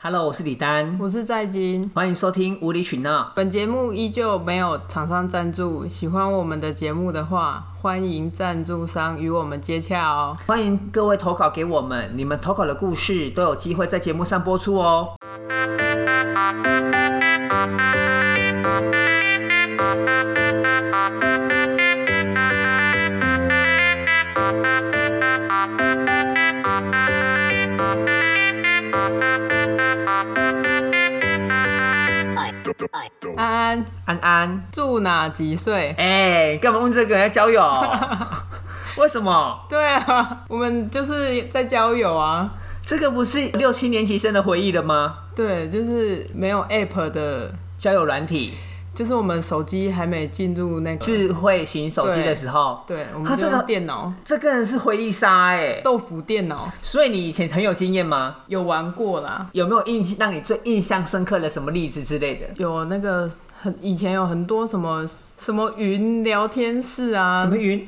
Hello，我是李丹，我是在金。欢迎收听无理取闹。本节目依旧没有厂商赞助，喜欢我们的节目的话，欢迎赞助商与我们接洽哦。欢迎各位投稿给我们，你们投稿的故事都有机会在节目上播出哦。安安安安，住哪几岁？哎、干嘛问这个？要交 友？为什么？对啊，我们就是在交友啊。这个不是六七年级生的回忆了吗？对，就是没有 app 的，交友软体，就是我们手机还没进入那个，智慧型手机的时候，对，我它们这就个用电脑，这个人是回忆杀哎、豆腐电脑所以你以前很有经验吗？有玩过啦，有没有印让你最印象深刻的什么例子之类的？有那个很以前有很多什么什么云聊天室啊，什么云？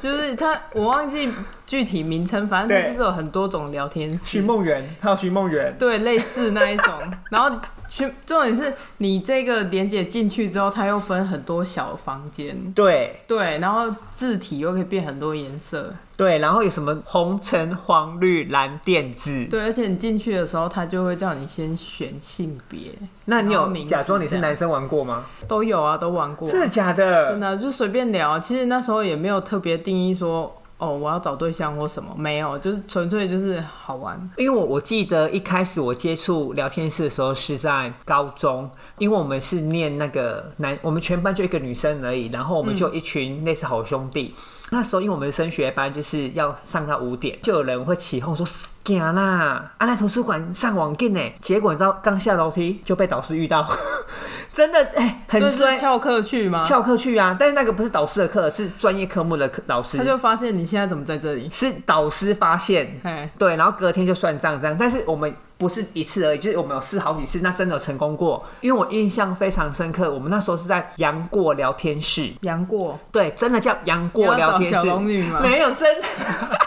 就是它，我忘记具体名称，反正它就是有很多种聊天寻室，梦园，还有寻梦园。对，类似那一种。然后群重点是你这个连接进去之后，它又分很多小房间，对对，然后字体又可以变很多颜色，对，然后有什么红橙黄绿蓝靛紫？对，而且你进去的时候，它就会叫你先选性别，那你然后有名字假装你这是样男生玩过吗？都有啊，都玩过啊，真的假的？真的就随便聊。啊其实那时候也没有特别定义说。哦，我要找对象或什么没有，就是纯粹就是好玩。因为我我记得一开始我接触聊天室的时候是在高中，因为我们是念那个男，我们全班就一个女生而已，然后我们就有一群类似好兄弟。那时候因为我们升学班就是要上到五点，就有人会起哄说“行啦，啊那图书馆上网进呢”，结果你知道刚下楼梯就被导师遇到， 真的哎、很就是衰。翘课去吗？翘课去啊！但是那个不是导师的课，是专业科目的课老师他，就发现你现在怎么在这里？是导师发现哎，对，然后隔天就算账这样。但是我们不是一次而已，就是我们有试好几次，那真的有成功过。因为我印象非常深刻，我们那时候是在杨过聊天室，杨过，对，真的叫杨过聊天你要找室小，龙女吗？没有真的。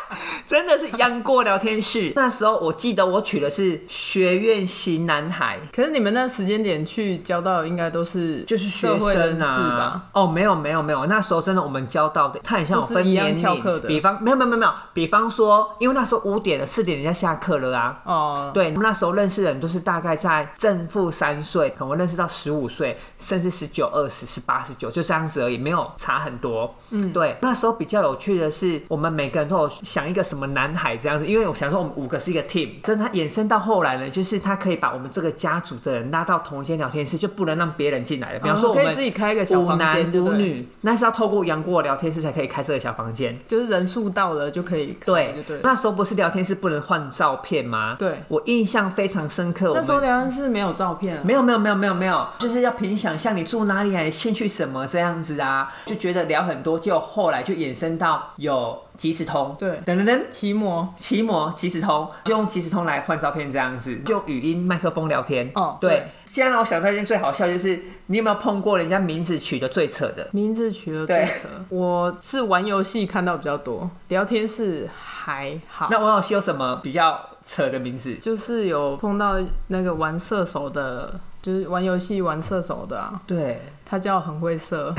真的是杨过聊天室，那时候我记得我取的是学院型男孩，可是你们那时间点去交到，应该都是就是社学会人生士吧？啊。哦，没有没有没有，那时候真的我们教到的，他很像有分都是一样年翘课龄，的比方没有没有没有没有，比方说，因为那时候五点了，四点人家下课了啊，哦，对，那时候认识的人都是大概在正负三岁，可能认识到十五岁，甚至十九、二十、十八、十九，就这样子而已，没有差很多。嗯，对，那时候比较有趣的是，我们每个人都有想一个什么男孩这样子，因为我想说我们五个是一个 team，真的它衍生到后来呢，就是他可以把我们这个家族的人拉到同一间聊天室，就不能让别人进来了。比方说哦我可们以自己开一个小五房男间，对不五对，女，那是要透过杨过聊天室才可以开这个小房间。就是人数到了就可以开，就对对，了。那时候不是聊天室不能换照片吗？对我印象非常深刻。我那们时候聊天室没有照片啊，没有没有没有没有没有，就是要凭想象你住哪里啊，你兴趣什么这样子啊，就觉得聊很多，就后来就衍生到有即时通，对等等等。奇摩奇摩即时通就用即时通来换照片，这样子就用语音麦克风聊天。哦对对。现在让我想到一件最好笑，就是你有没有碰过人家名字取的最扯的？名字取了对最扯，我是玩游戏看到比较多，聊天室还好。那王老师有什么比较扯的名字？就是有碰到那个玩射手的，就是玩游戏玩射手的啊，对，他叫很会射，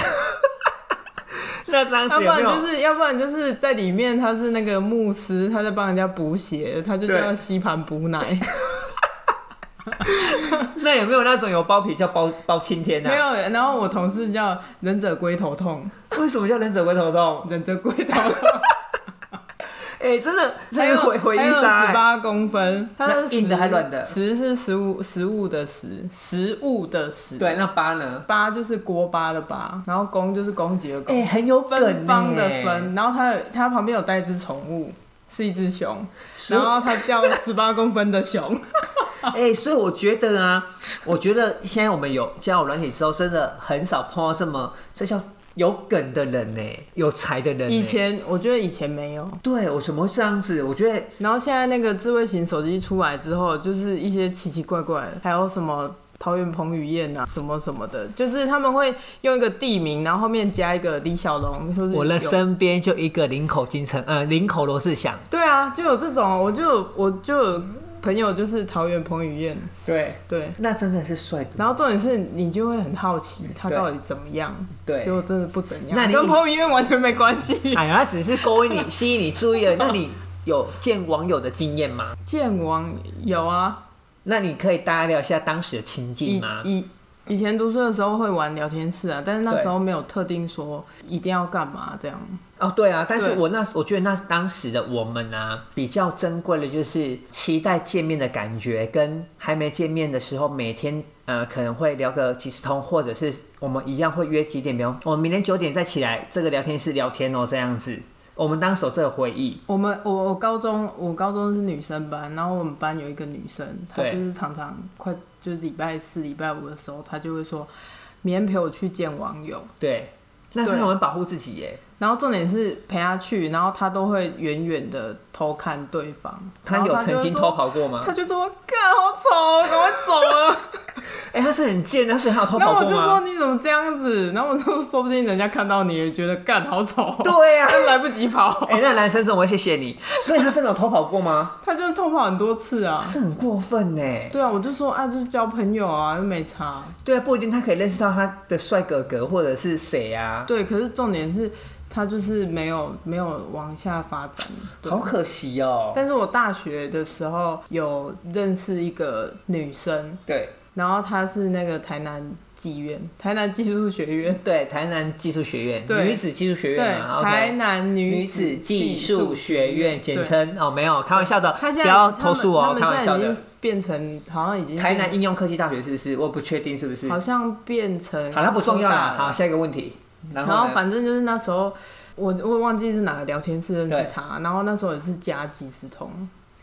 那当要时不有没然有？就是要不然就是在里面他是那个牧师，他在帮人家补血，他就对叫吸盘补奶，那有没有那种有包皮叫包包青天 没啊？有。然后我同事叫忍者龟头痛，为什么叫忍者龟头洞？忍者龟头痛，哎、真的，还 这有是回回忆杀、十欸。八公分，它那是硬的10还软的十是食物食物的食，食物的食，对，，那八呢？八就是锅巴的八，然后公就是公鸡的公哎、。很有梗、欸、芬芳的芬，然后它有它旁边有带一只宠物，是一只熊，所以然后它叫十八公分的熊，哎、所以我觉得啊，我觉得现在我们有交友软体之后，真的很少碰到这么这叫有梗的人呢、有才的人、欸。以前我觉得以前没有，对我怎么会这样子？我觉得然后现在那个智慧型手机出来之后，就是一些奇奇怪怪的，还有什么。桃园彭于晏啊，什么什么的，就是他们会用一个地名，然后后面加一个李小龙，就是我的有身边就一个林口金城，呃，林口罗志祥。对啊，就有这种，我就有我就有朋友就是桃园彭于晏，对，对。那真的是帅多然后重点是你就会很好奇他对到底怎么样，对结。果真的不怎样，那你跟彭于晏完全没关系。 哎呀，他只是勾引你、 吸引你注意了。那你有见网友的经验吗？剑王有啊，那你可以大概聊一下当时的情境以吗？以以前读书的时候会玩聊天室啊，但是那对时候没有特定说一定要干嘛这样。哦，对啊，但是对我那我觉得那当时的我们啊，比较珍贵的就是期待见面的感觉，跟还没见面的时候，每天呃可能会聊个即时通，或者是我们一样会约几点，比方我们明天九点再起来这个聊天室聊天哦，这样子。我们当时有这个回忆，我们我我高中我高中是女生班，然后我们班有一个女生，她对就是常常快就是礼拜四、礼拜五的时候，她就会说明天陪我去见网友，对，那时候对我们保护自己耶，然后重点是陪她去，然后她都会远远的偷看对方，然他后有她就曾会经说偷。跑过吗？她就说：“看，好丑哦，赶快走了。哎、他是很贱的，所以他有”偷 然后跑我过就说：“吗？你怎么这样子？”然后我就说：“说不定人家看到你也觉得干好丑哦， 对啊呀、但来不及跑。 哎、那男生怎么会谢谢你？所以他真的有偷跑过吗？他就偷跑很多次啊。这很过分呢。对啊，我就说啊，就是交朋友啊，又没差。对啊，不一定他可以认识到他的帅哥哥或者是谁啊，对，可是重点是他就是没有没有往下发展。对好，可惜哦。但是我大学的时候有认识一个女生，对然后她是那个台南技院，台南技术学院，对，台南技术学院，对女子技术学对，院嘛台啊，OK。南女女子技术学院，简对。称哦，没有开玩笑的，他不现在要投诉他哦，们开他玩们现在笑已的经。变成好像已经台南应用科技大学是不是？我不确定是不是。好像变成好，那不重要科大了。好，下一个问题。然然后后呢反正就是那时候，我我忘记是哪个聊天室认对识他，然后那时候也是加即时通，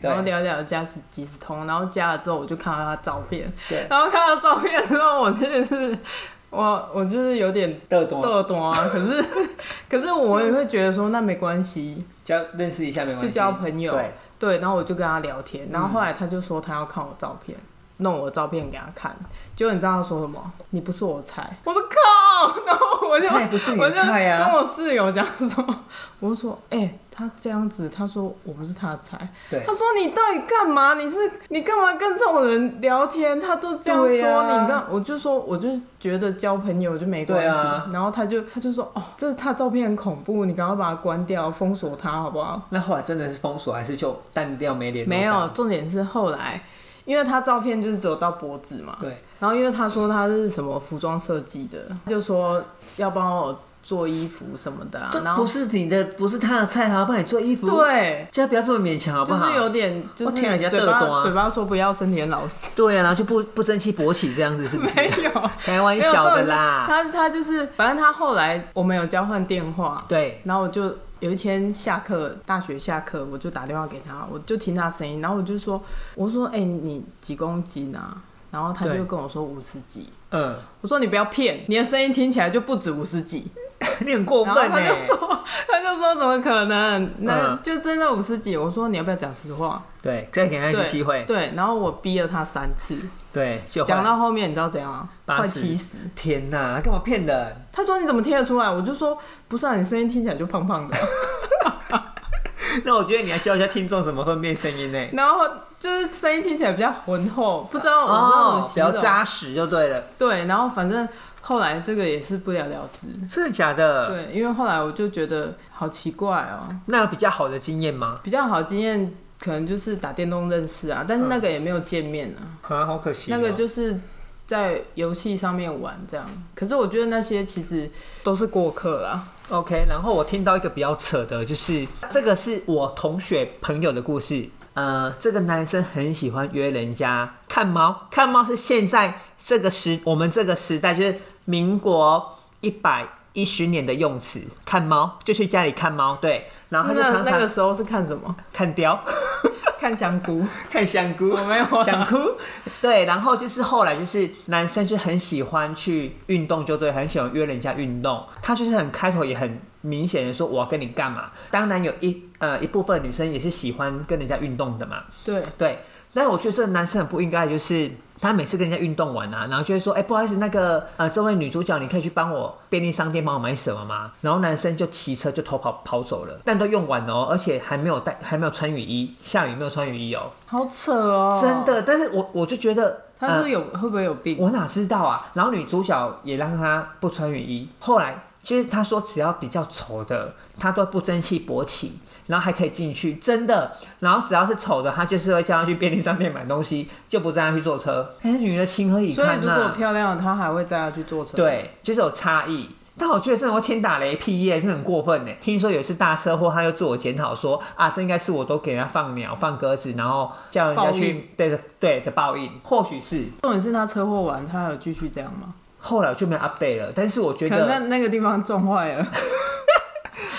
对然后聊一聊加即即时通，然后加了之后我就看到他照片对，然后看到照片之后，我真的是我我就是有点豆多嘚多啊，可是 可是我也会觉得说那没关系，交认识一下没关系，就交朋友对，嗯对，然后我就跟他聊天，然后后来他就说他要看我照片。弄我照片给他看，结果你知道他说什么？你不是我菜，我说靠， 然后我就他也不是你的我就菜跟啊。我室友讲说，我就说，哎、他这样子，他说我不是他的菜，对他，说你到底干嘛？你是你干嘛跟这种人聊天？他都这样说对你，啊那、我就说，我就觉得交朋友就没关系。对啊然后他就他就说，哦，这他照片很恐怖，你赶快把它关掉，封锁他好不好？那后来真的是封锁，还是就淡掉没联络？没有，，重点是后来，因为他照片就是只有到脖子嘛，对，然后因为他说他是什么服装设计的，他就说要帮我做衣服什么的、啊，这然后不是你的，不是他的菜，他要帮你做衣服。，对。现在不要这么勉强好不就好？是有点，就我是听人家嘴嘚嘚啊巴嘴巴说不要，身体很老 实。对啊，然后就不不争气勃起这样子，是不是？ 没有，开玩没有笑的重点是啦。他他就是，反正他后来我们有交换电话，对，然后我就有一天下课，大学下课，我就打电话给他，我就听他声音，然后我就说，我说，哎、你几公斤啊？然后他对就跟我说五十几。嗯，我说你不要骗，你的声音听起来就不止五十几。嗯你很过然后分欸他呢就。说，他就说怎么可能？那嗯就真的五十几。我说你要不要讲实话？对，再给他一次对，机会。对，然后我逼了他三次，对，就讲换到后面你知道怎样啊？八快十七十。天哪，他干嘛骗人？ 他说你怎么听得出来？我就说不是啊，你声音听起来就胖胖的。？那我觉得你要教一下听众怎么分辨声音呢然后就是声音听起来比较浑厚，不知道我不知道怎么哦，比形较容。扎实就对了。对，然后反正后来这个也是不了了之。真的假的？对，因为后来我就觉得好奇怪哦、那有比较好的经验吗？比较好的经验可能就是打电动认识啊，但是那个也没有见面啊，啊，好可嗯惜哦。那个就是。在游戏上面玩这样，可是我觉得那些其实都是过客啦。 OK，然后我听到一个比较扯的，就是这个是我同学朋友的故事。呃，这个男生很喜欢约人家看猫，看猫是现在这个时我们这个时代，就是民国一百一十年的用词，看猫就去家里看猫，对，然啊后他就那常那个常时候是看什么？看雕、看香菇。 看香菇，我没有啊香菇， 对，然后就是后来就是男生就很喜欢去运动，就对，很喜欢约人家运动，他就是很开头也很明显的说我要跟你干嘛，当然有一呃一部分女生也是喜欢跟人家运动的嘛，对，对，但我觉得这个男生很不应该，就是他每次跟人家运动完啊，然后就会说，哎、不好意思，那个呃，这位女主角，你可以去帮我便利商店帮我买什么吗？然后男生就骑车就偷跑跑走了，但都用完了哦，而且还没有带，还没有穿雨衣，下雨没有穿雨衣哦，好扯哦，真。的。但是我我就觉得，他是不是有、会不会有病？我哪知道啊？然后女主角也让他不穿雨衣，后来其实他说只要比较丑的，他都不争气勃起，然后还可以进去，真的。然后只要是丑的，他就是会叫他去便利商店买东西，就不让他去坐车。哎，女的情何以所以堪如呐、果漂亮的，他还会载她去坐车。，啊对，就是有差异。但我觉得这种天打雷劈耶，是很过分呢。听说有一次大车祸，他又自我检讨说啊，这应该是我都给人家放鸟、放鸽子，然后叫人家报去应对的对的报应，或许是。重点是他车祸完，他还有继续这样吗？后来我就没有 update 了，但是我觉可能那得，那个地方撞坏 了。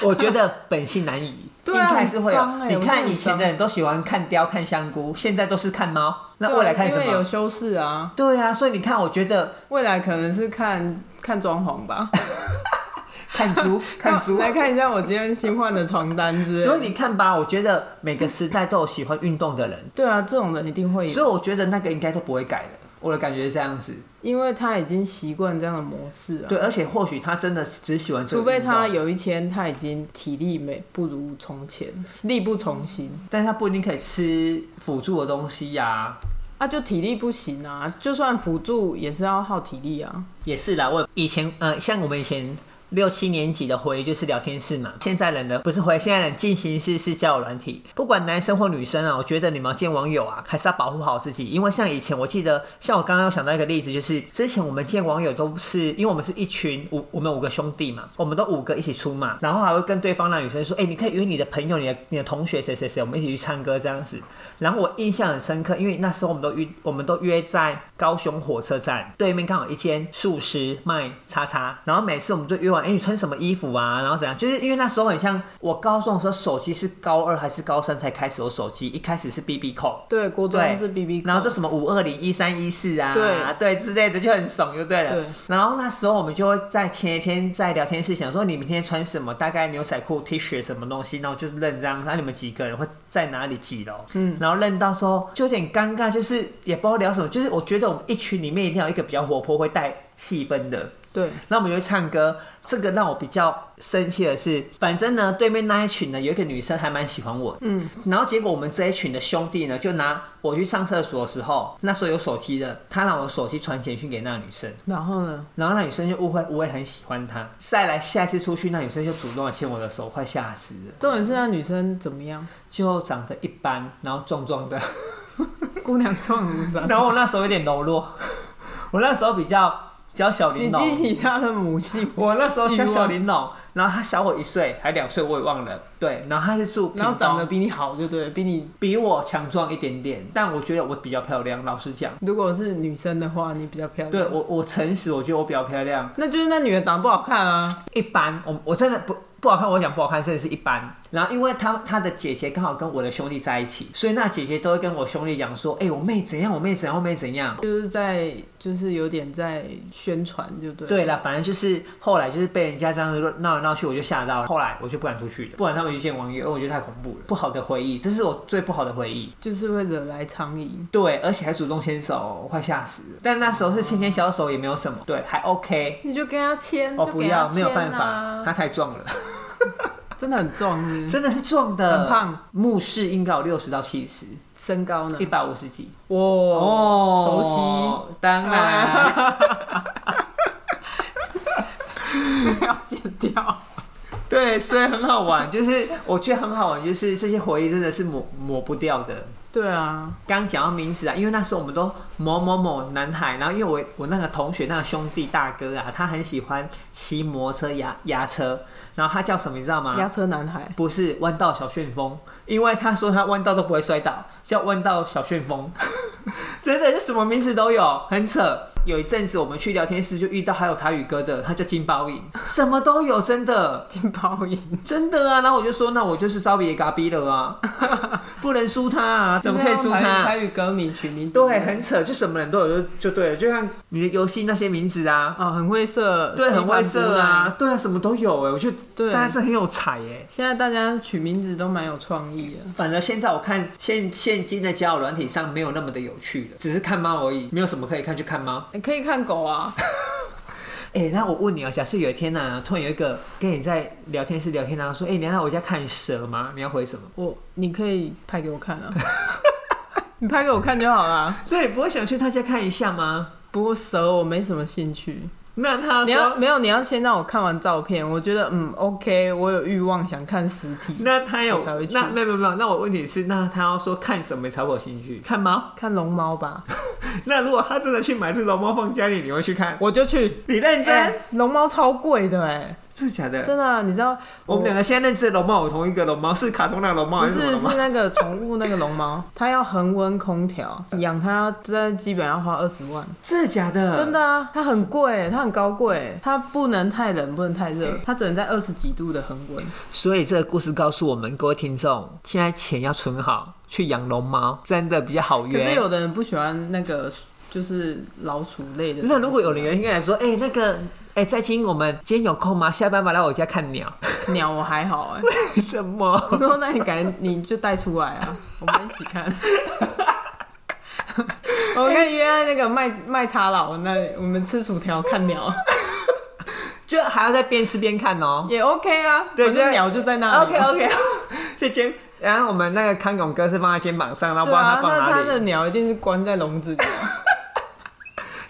我觉得本性难移， 对应啊该是会有很脏。欸你我觉得看很以前的人都喜欢看雕、看香菇，现在都是看猫，那对啊未来看什因为有么？修饰啊，对啊，所以你看，我觉得未来可能是看看装潢吧。看 猪、 看猪，来看一下我今天新换的床单之类的。所以你看吧，我觉得每个时代都有喜欢运动的人，对啊，这种人一定会所有，以我觉得那个应该都不会改的。我的感觉是这样子，因为他已经习惯这样的模式啊。对，而且或许他真的只喜欢这个除运动，非他有一天他已经体力没不如从前，力不从心，但是他不一定可以吃辅助的东西呀、啊，就体力不行啊，就算辅助也是要耗体力啊。也是啦，我以前呃，像我们以前六七年级的回忆就是聊天室嘛。现在人的不是回，现在人进行式是交友软体。不管男生或女生啊，我觉得你们要见网友啊，还是要保护好自己。因为像以前，我记得像我刚刚有想到一个例子，就是之前我们见网友都是因为我们是一群五，我们有五个兄弟嘛，我们都五个一起出嘛，然后还会跟对方那女生说，哎、你可以约你的朋友、你的你的同学谁谁谁，我们一起去唱歌这样子。然后我印象很深刻，因为那时候我们都约，我们都约在高雄火车站对面，刚好一间素食卖叉叉。然后每次我们就约完，哎，你穿什么衣服啊？然后怎样？就是因为那时候很像我高中的时候，手机是高二还是高三才开始有手机，一开始是 BB 扣。对，国中对，是 B B，然后就什么五二零一三一四啊，对对之类的，就很怂就对了。对然后那时候我们就会在前一天在聊天室想说，你明天穿什么？大概牛仔裤、T 恤什么东西？然后就是认这样，那你们几个人会在哪里几楼？嗯，然后认到说就有点尴尬，就是也不知道聊什么。就是我觉得我们一群里面一定要有一个比较活泼、会带气氛的。对，那我们就会唱歌。这个让我比较生气的是，反正呢，对面那一群呢有一个女生还蛮喜欢我，嗯，然后结果我们这一群的兄弟呢，就拿我去上厕所的时候，那时候有手机的，他拿我手机传简讯给那个女生，然后呢？然后那女生就误会我也很喜欢他。再来下一次出去，那女生就主动的牵我的手，快吓死了，重点是那女生怎么样？就长得一般，然后壮壮的， 姑娘撞如山，然后我那时候有点柔弱， 我那时候比较比较小 你玲珑，激起她的母 性，我那时候叫欲望小玲珑，然后她小我一岁，还两岁，我也忘了。对，然后她是住屏然后长得东，比你好，就对了，比你比我强壮一点点，但我觉得我比较漂亮。老实讲，如果是女生的话，你比较漂亮。对我我诚实，我觉得我比较漂亮，那就是那女的长得不好看啊。一般。我我真的不不好看，我讲不好看，真的是一般。然后因为她她的姐姐刚好跟我的兄弟在一起，所以那姐姐都会跟我兄弟讲说：“哎、我妹怎样，我妹怎样，我妹怎样。”就是在，就是有点在宣传，就对。，对啦，反正就是后来就是被人家这样子闹来闹去，我就吓到了。后来我就不敢出去了，不然他们去见网友，因为我觉得太恐怖了，不好的回忆，这是我最不好的回忆。就是会惹来苍蝇。对，而且还主动牵手，我快吓死了。但那时候是牵牵小手，也没有什么，对，还 OK。你就跟他签，我、嗯就不给她要，没有签办法，啊他太壮 了，真的很壮是不是真的是壮的，很胖。目视应该有六十到七十，身高呢一？百五十几。哇、哦，熟悉，当然。熟 悉，要剪掉。对，所以很好玩，就是我觉得很好玩，就是这些回忆真的是抹抹不掉的。对啊，刚讲到名字啊，因为那时候我们都某某某男孩，然后因为我我那个同学那个兄弟大哥啊，他很喜欢骑摩托车压压车，然后他叫什么你知道吗？压车男孩，不是弯道小旋风，因为他说他弯道都不会摔倒，叫弯道小旋 风，真的就什么名字都有，很扯。有一阵子我们去聊天室就遇到还有台语歌的，他叫金包银，什么都有，真的。金包银。 真的啊，然后我就说，那我就是稍微也嘎逼了啊，不能输他啊，怎么可以输就是要用他？台语台语歌名取名字对，很扯，就什么人都有就就对了，就像你的游戏那些名字啊，哦，很会射，对，很会喜欢色不啊耐。，对啊，什么都有哎，我觉得对大家是很有才哎。现在大家取名字都蛮有创 意的，反而现在我看现现今的交友软体上没有那么的有趣了，只是看猫而已，没有什么可以看去看猫。你可以看狗啊，哎、那我问你啊，假设有一天呢、突然有一个跟你在聊天室聊天啊，说，哎、你要来我家看蛇吗？你要回什么？我你可以拍给我看啊， 你拍给我看就好啦。那你不会想去他家看一下吗？不过蛇我没什么兴趣，那他你要说，没有你要先让我看完照片，我觉得嗯 OK，我有欲望想看实体，那他有我才会去那没有没有没有，那我问题是，那他要说看什么你才会有兴趣？看猫？看龙猫吧，那如果他真的去买只龙猫放家里，你会去看？我就去。你认真？哎龙猫超贵的哎、真的假的？真的啊、你知道我们两个现在认知的龙猫有同一个龙猫，是卡通那龙猫不还是什么是，龙猫是？那个宠物那个龙猫，它要恒温空调，养它这基本要花二十万，真的假的？真的啊，它很贵，它很高贵，它不能太冷，不能太热，嗯它只能在二十几度的恒温。所以这个故事告诉我们，各位听众，现在钱要存好，去养龙猫真的比较好可是约。有的人不喜欢那个，就是老鼠类的。那如果有人有应该来说，哎、那个，哎、在金，我们今天有空吗？下班吧，来我家看鸟。 鸟，我还好哎、为什么？我说那你改你就带出来 啊，我们一起看。我们可以约在那个麦麦茶佬那里，我们吃薯条看 鸟就还要再边吃边看哦、也 OK 啊，对反对正鸟就在那里啊。 OK 哦 OK，这 肩，然后我们那个康永哥是放在肩膀上，然后不对知道啊他，放那哪它里。的鸟一定是关在笼子里啊。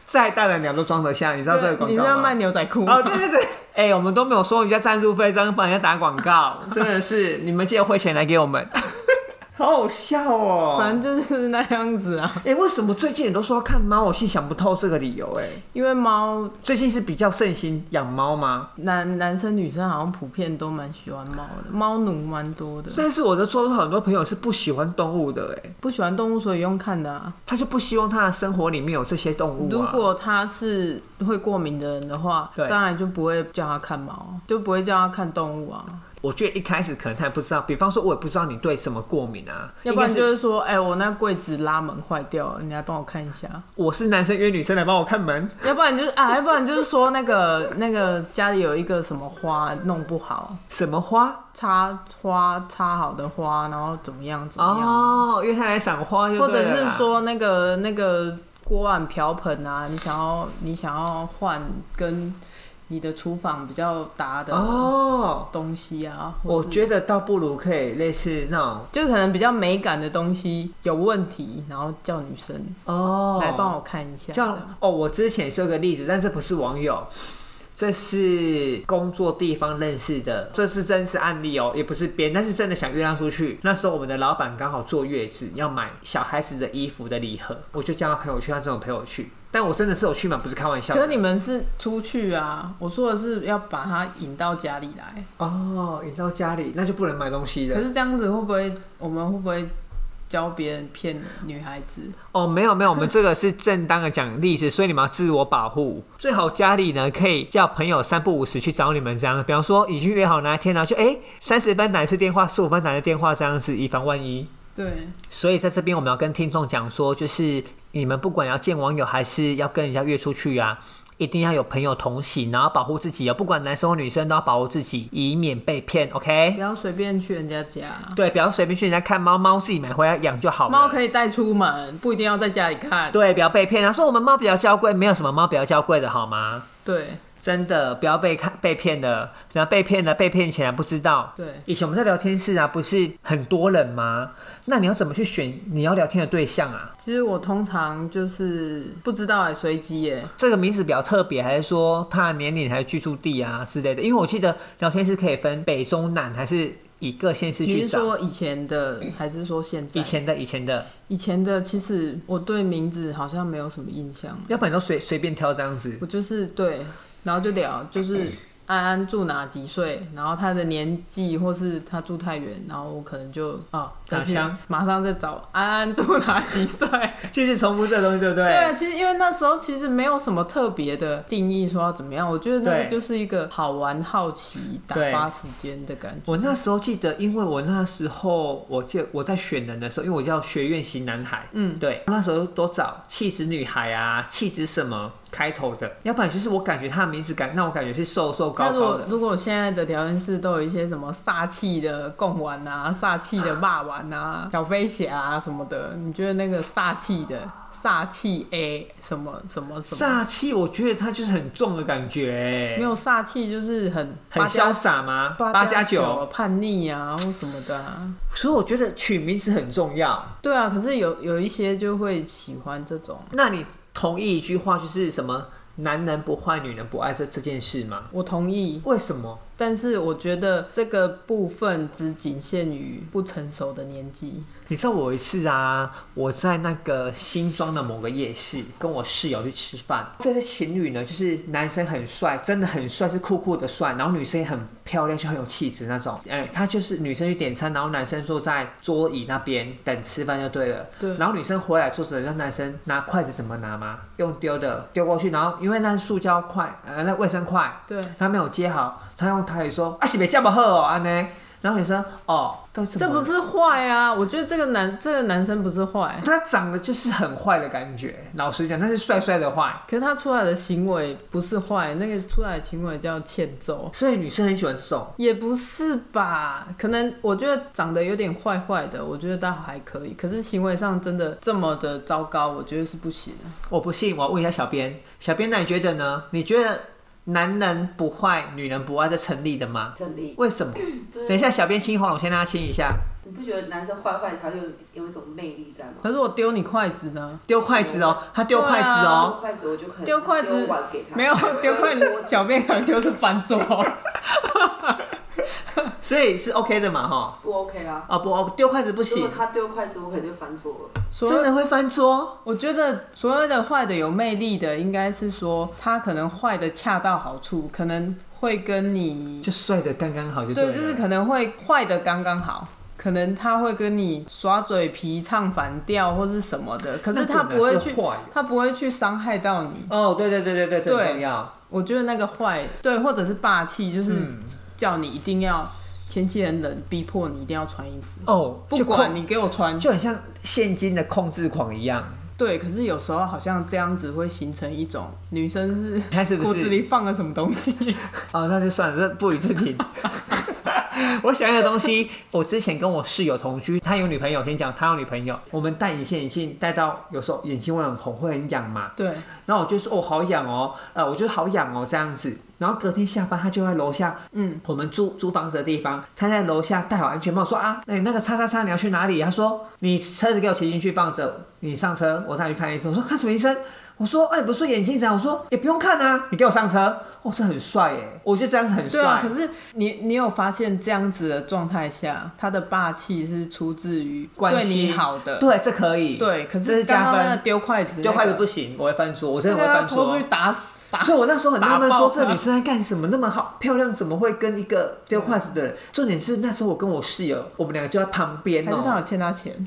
再大的鸟都装得下，你知道这个对广你知告道吗卖？牛仔裤吗哦，对对 对，哎、我们都没有收人家赞助费，这样帮人家打广告，真的是， 你们记得汇钱来给我们， 好好笑哦、反正就是那样子啊。哎、为什么最近你都说要看猫？我是想不透这个理由、哎，因为猫最近是比较盛行养猫吗？男男生女生好像普遍都蛮喜欢猫的，猫奴蛮多的。但是我的周遭很多朋友是不喜欢动物的、哎，不喜欢动物所以用看的啊。他就不希望他的生活里面有这些动物如啊。果他是会过敏的人的话，对当然就不会叫他看猫，就不会叫他看动物啊。我觉得一开始可能他也不知道，比方说我也不知道你对什么过敏啊，要不然应就该是是说，哎、我那柜子拉门坏掉了，你来帮我看一下。 我是男生约女生来帮我看门，要不然就是啊，要不然就是说那个那个家里有一个什么花弄不好，什么花插花插好的花，然后怎么样怎么样，哦，约他来赏花就或对者了是啦说那个那个锅碗瓢盆啊，你想要你想要换跟你的厨房比较搭的哦，东西啊，我或是觉得倒不如可以类似那种就可能比较美感的东西有问题，然后叫女生哦，来帮我看一下，这像样哦，我之前是有个例子，但这不是网友，这是工作地方认识的，这是真实案例哦，也不是编，但是真的想约他出去。那时候我们的老板刚好坐月子，要买小孩子的衣服的礼盒，我就叫他陪我去，他这种陪我去，但我真的是有去嘛，不是开玩笑的。可是你们是出去啊，我说的是要把它引到家里来。哦，引到家里那就不能买东西可了。是这样子会不会，我们会不会教别人骗女孩子？哦，没有没嗯有，我们这个是正当的讲例子，所以 你们要自我保护。最好家里呢可以叫朋友三不五时去找你们这样，比方说已经约好哪一天呢、就哎三十分打一次电话，十五分打一次电话这样子，以防万一。对，所以在这边我们要跟听众讲说，就是你们不管要见网友还是要跟人家约出去啊。一定要有朋友同行，然后保护自己哦，不管男生或女生都要保护自己，以免被骗。不 OK？要随便去人家家。对，不要随便去人家看猫，猫自己买回来养就好了。猫可以带出门，不一定要在家里看。对，不要被骗啊！说我们猫比较娇贵，没有什么猫比较娇贵的好吗？对真的不要被看被骗的，然后被骗了，被骗起来不知道。对以前我们在聊天室啊，不是很多人吗？那你要怎么去选你要聊天的对象啊？其实我通常就是不知道哎、随机耶。这个名字比较特别，还是说他的年龄还是居住地啊之类的？因为我记得聊天室可以分北中南，还是以各县市你去是找。说以前的，还是说现在？以前的以前的，以前的，其实我对名字好像没有什么印象。要不然你都随随便挑这样子。我就是对，然后就聊，就是安安住哪几岁，然后他的年纪或是他住太远，然后我可能就啊再去打枪马上再找安安住哪几岁。就是重复这个东西，对不对？对啊，其实因为那时候其实没有什么特别的定义说要怎么样，我觉得那个对就是一个好玩、好奇、打对发时间的感觉。我那时候记得，因为我那时候我记得我在选人的时候，因为我叫学院型男孩，嗯，对，那时候都找气质女孩啊，气质什么开头的，要不然就是我感觉她的名字感让我感觉是瘦瘦高那如高果的，如果现在的聊天室都有一些什么煞气的贡丸啊、煞气的霸丸啊、 小飞侠啊什么的，你觉得那个煞气的煞气 A 什么什么什么？煞气，我觉得她就是很重的感觉、没有煞气就是很很八加潇洒吗？八加九九，叛逆啊或什么的、啊。所以我觉得取名字很重要。对啊，可是有有一些就会喜欢这种。那你同意一句话就是什么“男人不坏，女人不爱”这这件事吗？我同意，为什么？但是我觉得这个部分只仅限于不成熟的年纪。你知道我有一次啊，我在那个新庄的某个夜市跟我室友去吃饭，这对情侣呢，就是男生很帅，真的很帅，是酷酷的帅，然后女生也很漂亮，就很有气质那种。哎、他就是女生去点餐，然后男生坐在桌椅那边等吃饭就对了。对然后女生回来坐着，让男生拿筷子怎么拿吗？用丢的丢过去，然后因为那是塑胶筷，呃，那卫生筷，对，他没有接好，他用台语说啊是没这么好哦，安呢。然后女生哦，都是什么这不是坏啊！我觉得这个男这个男生不是坏，他长得就是很坏的感觉，老实讲，他是帅帅的坏，可是他出来的行为不是坏，那个出来的行为叫欠揍，所以女生很喜欢这种。也不是吧？可能我觉得长得有点坏坏的，我觉得倒还可以，可是行为上真的这么的糟糕，我觉得是不行的。我不信，我要问一下小编，小编那你觉得呢？你觉得男人不坏，女人不爱是成立的吗？成立。为什么？对等一下，小编亲喉咙，我先让他亲一下。你不觉得男生坏坏他就有一种魅力在吗？可是我丢你筷子呢？丢筷子哦，他丢筷子丢哦，筷子我就可能啊丢筷子丢碗给他，没有丢筷子，小便可能就是翻桌。所以是 OK 的嘛，哈。不 OK 啊。哦不，哦丢筷子不如果行，他丢筷子，我可能就翻桌了。所真以的会翻桌。我觉得所谓的坏的有魅力的，应该是说他可能坏的恰到好处，可能会跟你就帅的刚刚好就对，了就是可能会坏的刚刚好，可能他会跟你耍嘴皮、唱反调或是什么的，可是他不会去那个，坏他不会去伤害到你。哦，对对对对对，这很对重要。我觉得那个坏，对，或者是霸气，就是叫你一定要天气很冷，逼迫你一定要穿衣服，哦，不就管控你给我穿。就很像现今的控制狂一样。对，可是有时候好像这样子会形成一种女生是 看是不是 骨子里放了什么 东西。哦，那就算了，这不予置评。我想要的东西，我之前跟我室友同居，他有女朋友，先讲他有女朋友，我们戴隐形眼镜戴到有时候眼睛会很红，会很痒嘛。对，然后我就说哦好痒哦，呃我就好痒哦这样子。然后隔天下班，他就在楼下，嗯，我们租租房子的地方，他在楼下戴好安全帽，说啊，那、你那个叉叉叉你要去哪里？他说你车子给我骑进去放着，你上车，我带你去看医生。我说看什么医生？我说哎、不是眼睛长，我说也不用看啊，你给我上车。哦，这很帅耶，我觉得这样子很帅。对啊。可是你你有发现这样子的状态下，他的霸气是出自于关对心你好的。对，这可以。对，可这是是刚加刚那个啊分。丢筷子、那个，就坏的不行，我会翻桌，我真那的个会要翻拖桌出去。打死打。哦所以我那时候很纳闷，打说爆这他嗯女生在干什么？那么好漂亮，怎么会跟一个丢筷子的人？重点是那时候我跟我室友，我们两个就在旁边还是他哦、有欠他钱？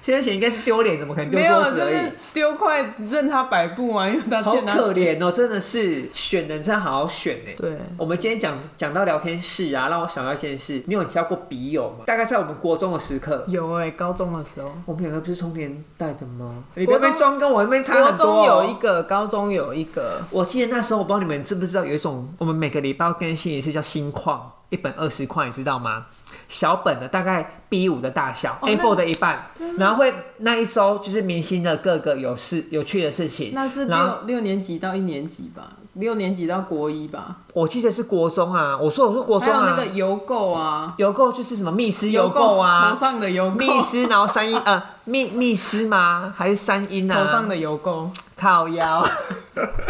现在钱应该是丢脸，怎么可能丢没有，啊桌子就而是已？丢筷子任他摆布啊，因为他好欠他可钱。怜哦、真的是选人真的好好选哎、对，我们今天讲讲到聊天室啊，让我想到一件事，你有交过笔友吗？大概在我们国中的时刻，有哎、高中的时候，我们两个不是同年代的吗？你不要国被中装跟我那边差国很多、中哦。有一个，高中有一个，我记得那时候，我不知道你们知不知道，有一种我们每个礼拜要更新一次叫新矿，一本二十块，你知道吗？小本的大概 B 五的大小、哦 a 那 four 的一半，然后会那一周就是明星的各个有事有趣的事情。那是然后六六年级到一年级吧，六年级到国一吧，我记得是国中啊，我说我是国还中有那啊个，邮购啊，邮购就是什么密斯邮购头啊，上的邮购，密斯，然后三一呃密密斯吗？还是三音啊？头上的油垢，靠腰。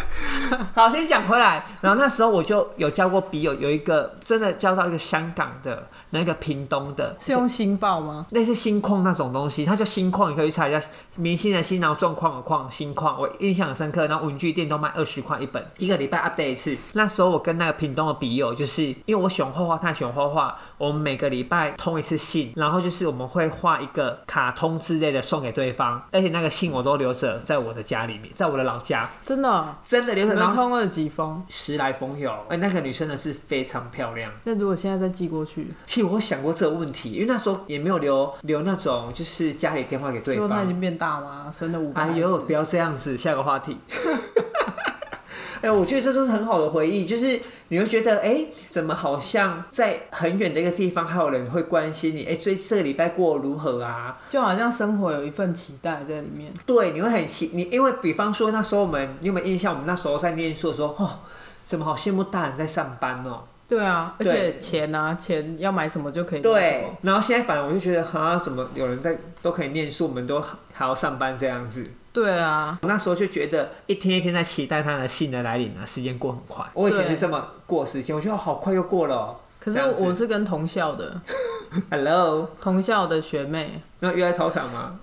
好，先讲回来，然后那时候我就有交过笔友，有一个真的交到一个香港的，那个屏东的，是用星爆吗？类似心矿那种东西，它叫心矿，你可以去查一下，明星的心，然后状况的矿，心矿，我印象很深刻。然后文具店都卖二十块一本，一个礼拜 update 一次。那时候我跟那个屏东的笔友，就是因为我喜欢画画，他也喜欢画画，我们每个礼拜通一次信，然后就是我们会画一个卡通之类的送给对方，而且那个信我都留着在我的家里面，在我的老家，真的哦，真的留你着。然们后通了几封？十来封有，哎，那个女生呢是非常漂亮。那如果现在再寄过去，其实我想过这个问题，因为那时候也没有留留那种就是家里电话给对最后方。他已经变大吗？生了五个哎孩子，呦，不要这样子，下个话题。 哎，我觉得这都是很好的回忆，就是你会觉得，哎、怎么好像在很远的一个地方，还有人会关心你？哎、最这个礼拜过得如何啊？就好像生活有一份期待在里面。对，你会很期，你因为比方说那时候我们，你有没有印象？我们那时候在念书的时候，哦，怎么好羡慕大人在上班哦？对啊，而对且钱啊，钱要买什么就可以买什对么。，然后现在反而我就觉得，哈，怎么有人在都可以念书，我们都还要上班这样子？对啊，我那时候就觉得一天一天在期待他的信的来临啊，时间过很快。我以前是这么过时间，我觉得哦好快又过了哦、 可是这样子我是跟同校的 Hello，同校的学妹，那约在操场吗？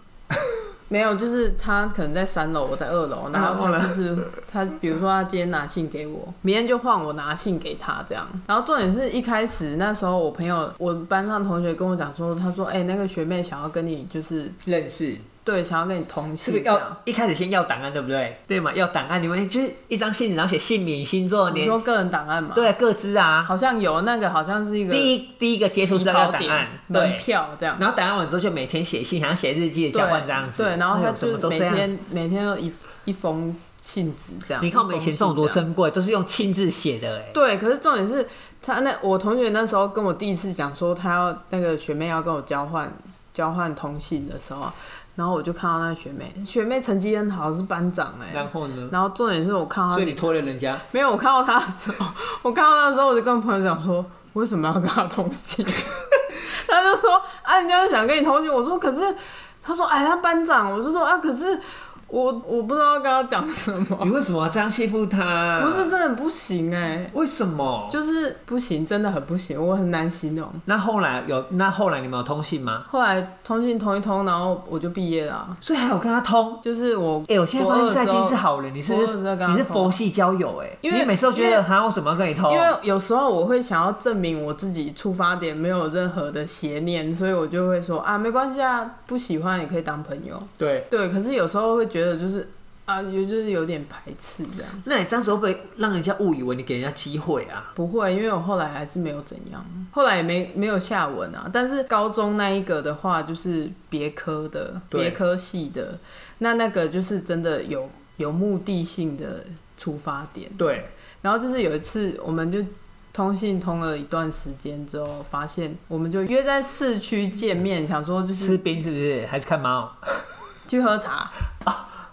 没有，就是她可能在三楼，我在二楼，然后哦她就是她，比如说她今天拿信给我，明天就换我拿信给她这样。然后重点是一开始那时候我朋友，我班上同学跟我讲说，他说哎、那个学妹想要跟你就是认识对，想要跟你同是不姓是这样要。一开始先要档案对不对？对嘛，要档案，你们就是一张信纸，然后写姓名、星座、你年说个人档案嘛？，对各自啊。好像有那个，好像是一个第一第一个接触是要起跑档点案，门对。票这样。然后档案完之后就每天写信，想要写日记的交换这样子。对，然后哎他呦怎么就都每这样子天每天都一一封信纸这样。你看我们以前这种多一封信样。珍贵，都是用亲自写的哎。对，可是重点是他那我同学那时候跟我第一次讲说他要那个学妹要跟我交换交换通信的时候啊，然后我就看到那个学妹，学妹成绩很好，是班长哎、然后呢？然后重点是我看到所以她你拖累人家，没有，我看到她的时候，我看到她的时候我就跟朋友讲说为什么要跟她通信， 他就说啊人家就想跟你通信，我说可是他说哎他班长，我就说啊可是。我我不知道跟他讲什么，你为什么要这样欺负他？不是真的不行哎、为什么？就是不行，真的很不行，我很难形容。那后来有那后来你们有通信吗？后来通信通一通，然后我就毕业了啊、所以还有跟他通。就是我，哎、我现在发现在金是好，好人，你是不我有时候是跟他你是通佛系交友哎、因为你每次都觉因为得哈，我什么要跟你通？因为有时候我会想要证明我自己出发点没有任何的邪念，所以我就会说啊，没关系啊，不喜欢也可以当朋友。对，对，可是有时候会觉得就是啊，有就是有点排斥这样。那你这样子会不会让人家误以为你给人家机会啊？不会，因为我后来还是没有怎样，后来也没没有下文啊。但是高中那一个的话，就是别科的，对别科系的，那那个就是真的有有目的性的出发点。对，然后就是有一次，我们就通信通了一段时间之后，发现我们就约在市区见面，想说就吃是冰是不是？还是看猫去喝茶。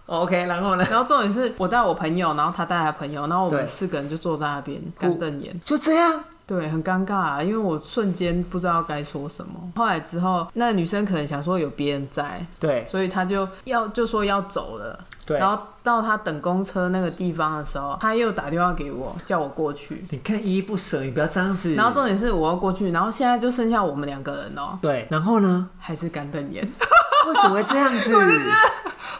？OK，然后呢？然后重点是我带我朋友，然后他带他朋友，然后我对们四个人就坐在那边干瞪眼。就这样，对，很尴尬、啊，因为我瞬间不知道该说什么。后来之后，那个女生可能想说有别人在，对所以她就要就说要走了。对然后到她等公车那个地方的时候，她又打电话给我，叫我过去。你看依依不舍，你不要这样子。然后重点是我要过去，然后现在就剩下我们两个人哦、对，然后呢？还是干瞪眼。 为什么会这样子？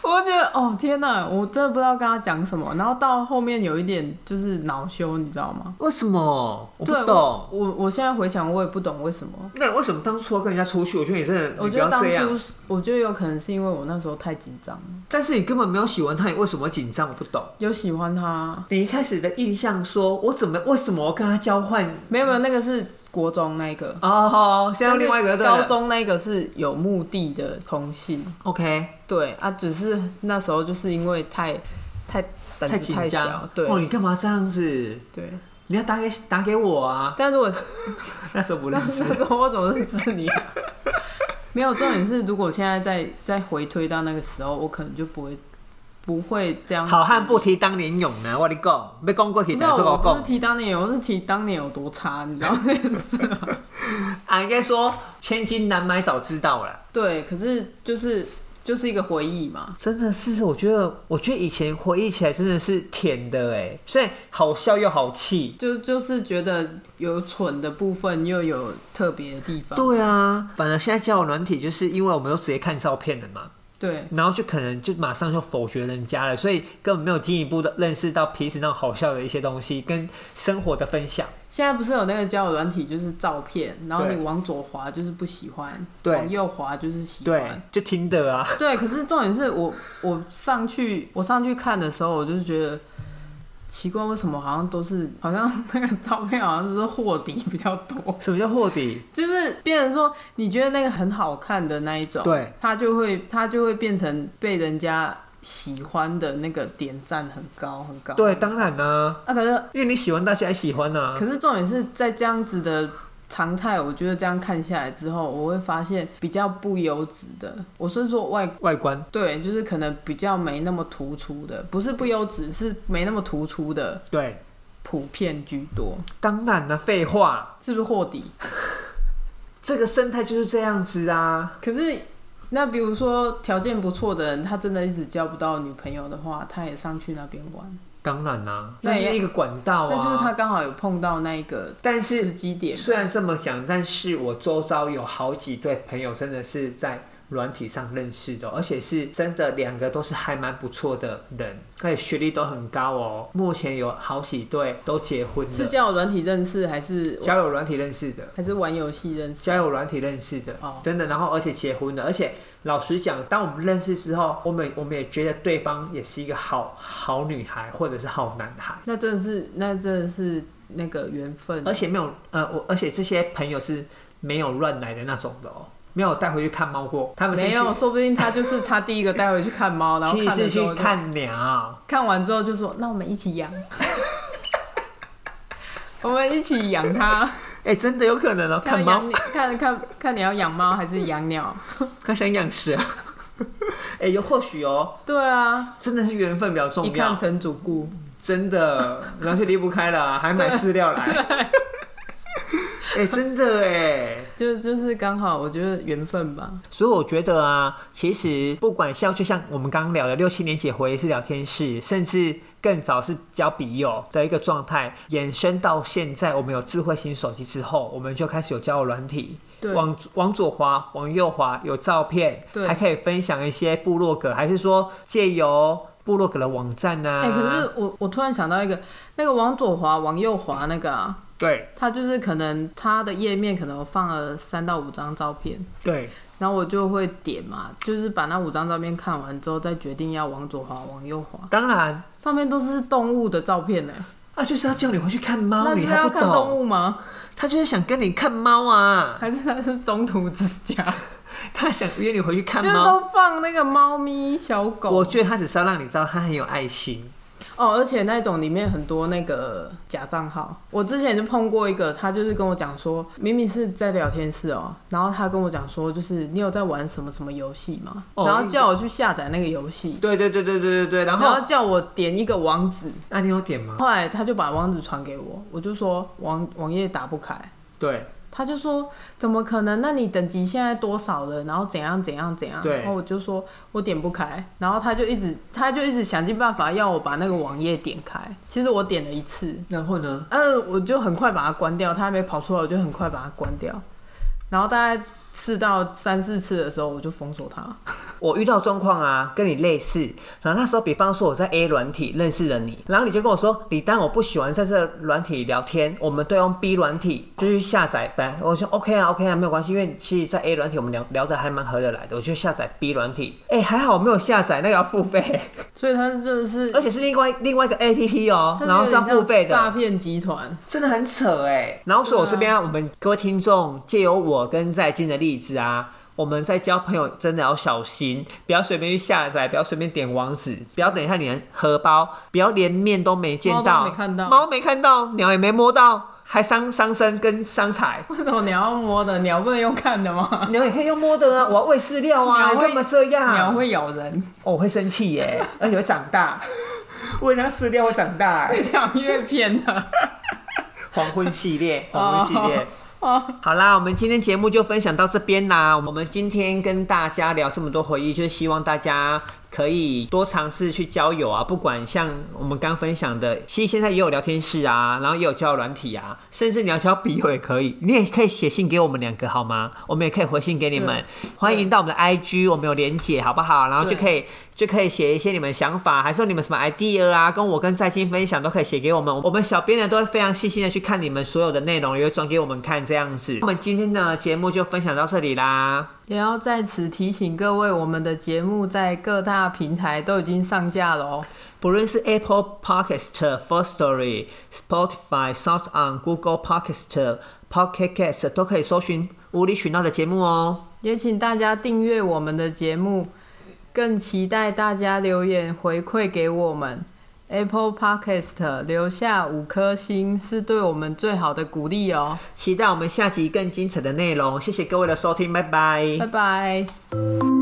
我就觉得哦天哪，我真的不知道跟她讲什么。然后到后面有一点就是恼羞，你知道吗？为什么？我不对，我懂。我我现在回想，我也不懂为什么。那你为什么当初要跟人家出去？我觉得你真的，我你不觉得要当这样。初，我觉得有可能是因为我那时候太紧张了，但是你根本没有喜欢他，你为什么会紧张？我不懂。有喜欢他，你一开始的印象说，我怎么为什么我跟他交换？没有没有，那个是国中那一个，哦，现在另外一个就对是了高中那一个是有目的的同性， ，OK，对啊，只是那时候就是因为太太胆太子紧太小张，，对、哦，你干嘛这样子？对，你要打给打给我啊！但如果那 时候不认那 识，时候我怎么认识你、啊？ 没有，重点是如果现在再再回推到那个时候，我可能就不会不会这样子好汉不提当年勇啊呢，我跟你讲，被讲过去 没有，才是我我不是讲。提当年，我是提当年有多差，你知道那件事吗。 啊，应该说千金难买早知道了。对，可是就是就是一个回忆嘛。真的是，我觉得，我觉得以前回忆起来真的是甜的哎，虽然好笑又好气。就就是觉得有蠢的部分，又有特别的地方。对啊，反正现在交友软体，就是因为我们都直接看照片了嘛，对然后就可能就马上就否决人家了，所以根本没有进一步的认识到彼此那种好笑的一些东西跟生活的分享。现在不是有那个交友软体，就是照片，然后对你往左滑就是不喜欢，对往右滑就是喜对欢。，就听的啊，对，可是重点是我我上去我上去看的时候，我就是觉得奇怪，为什么好像都是好像那个照片好像都是卧底比较多，什么叫卧底？就是变成说你觉得那个很好看的那一种，对，它就会它就会变成被人家喜欢的那个点赞很高很高。对，当然啊，啊，可是因为你喜欢大家也喜欢啊。可是重点是在这样子的常态，我觉得这样看下来之后，我会发现比较不优质的，我是说外外观对，就是可能比较没那么突出的，不是不优质，是没那么突出的，对，普遍居多，当然了、废话，是不是货底？这个生态就是这样子啊。可是。那比如说条件不错的人，他真的一直交不到女朋友的话，他也上去那边玩，当然啦、那那也是一个管道啊。那就是他，刚好有碰到那一个但是啊时机点。虽然这么讲，但是我周遭有好几对朋友真的是在软体上认识的哦，而且是真的两个都是还蛮不错的人，而且学历都很高哦。目前有好几对都结婚是了，交友软体认识，还是交友软体认识的。还是玩游戏认识？交友软体认识的，哦真的，然后而且结婚了，而且老实讲，当我们认识之后，我们我们也觉得对方也是一个好好女孩或者是好男孩，那真的是，那真的是那个缘分而。且没有呃，我而且这些朋友是没有乱来的那种的哦，没有带回去看猫过，他们是没有，去，说不定他就是他第一个带回去看猫，然后其实看的是时候去就看鸟，看完之后就说：“那我们一 起养，我们一起养它，哎、真的有可能哦，看看猫啊养，你，看看看你要养猫还是养鸟？他想养蛇，啊 哎、有或许哦，对啊，真的是缘分比较一重看要，成主顾，真的，然后就离不开了啊、还 买饲料来，哎、真的哎。就就是刚好，我觉得缘分吧。所以我觉得啊，其实不管像就像我们刚刚聊的六七年级回忆是聊天室，甚至更早是交笔友的一个状态，延伸到现在，我们有智慧型手机之后，我们就开始有交友软体，对往往左滑，往右滑，有照片，对还可以分享一些部落格，还是说借由部落格的网站呢、啊？哎、可是我我突然想到一个，那个往左滑、往右滑那个啊，对它就是可能它的页面可能放了三到五张照片。”对，然后我就会点嘛，就是把那五张照片看完之后，再决定要往左滑、往右滑。当然上面都是动物的照片呢、啊，就是要叫你回去看猫，那哦你是还要不看动懂，物吗？他就是想跟你看猫啊，还是它是中途之家？他想约你回去看就是猫。都放那个猫咪、小狗。我觉得他只是要让你知道他很有爱心。哦，而且那种里面很多那个假账号，我之前就碰过一个，他就是跟我讲说，明明是在聊天室哦，然后他跟我讲说，就是你有在玩什么什么游戏吗？哦然后叫我去下载那个游戏，对对对对对对对，然然后叫我点一个网址，那、你有点吗？后来他就把网址传给我，我就说网网页打不开，对他就说怎么可能？那你等级现在多少了？然后怎样怎样怎样？对然后我就说我点不开，然后他就一直他就一直想尽办法要我把那个网页点开。其实我点了一次，然后呢？嗯、我就很快把它关掉，它还没跑出来，我就很快把它关掉。然后大概次到三四次的时候，我就封锁他。我遇到状况啊，跟你类似。然后那时候，比方说我在 A 软体认识了你，然后你就跟我说，李丹，我不喜欢在这软体聊天，我们都用 B 软体，就去下载呗。我说 OK 啊，OK 啊，没有关系，因为其实，在 A 软体我们聊聊的还蛮合得来的，我就下载 B 软体。哎、还好我没有下载，那个要付 费，所以他就是，而且是另外另外一个 APP 哦、他就然后是要有点像付费的。诈骗集团。真的很扯哎、然后所以我这边、啊、我们各位听众借由我跟在金的例子啊，我们在交朋友真的要小心，不要随便去下载，不要随便点网址，不要等一下你的荷包，不要连面都没见猫到，都没看到猫没看到，鸟也没摸到，还伤伤身跟伤财。为什么你要摸的？鸟不能用看的吗？鸟也可以用摸的啊，我要喂饲料啊，鸟你会干嘛这样？鸟会咬人， 哦，我会生气耶、而且会长大， 喂它饲料会长大、欸。讲越偏了。 黄昏系列，黄昏系列。好啦，我们今天节目就分享到这边啦。我们今天跟大家聊这么多回忆，就是希望大家可以多尝试去交友啊。不管像我们刚分享的，其实现在也有聊天室啊，然后也有交友软体啊，甚至你要交笔友也可以，你也可以写信给我们两个好吗？我们也可以回信给你们。 欢迎到我们的 IG，我们有连结好不好？然后就对可以就可以写一些你们想法，还是你们什么 idea 啊，跟我跟在金分享都可以写给我们。我们小编呢都会非常细心的去看你们所有的内容，也会转给我们看这样子。我们今天的节目就分享到这里啦。也要在此提醒各位，我们的节目在各大平台都已经上架了哦。不论是 Apple Podcast、First Story、Spotify、Sound On、Google Podcast、Pocket Cast 都可以搜寻无理取闹的节目哦。也请大家订阅我们的节目，更期待大家留言回馈给我们。Apple Podcast 留下五颗星是对我们最好的鼓励哦。期待我们下集更精彩的内容，谢谢各位的收听，拜拜拜拜。